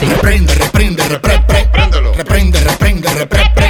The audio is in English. Reprende, reprende, repre, pre. Reprende, reprende, repre, pre.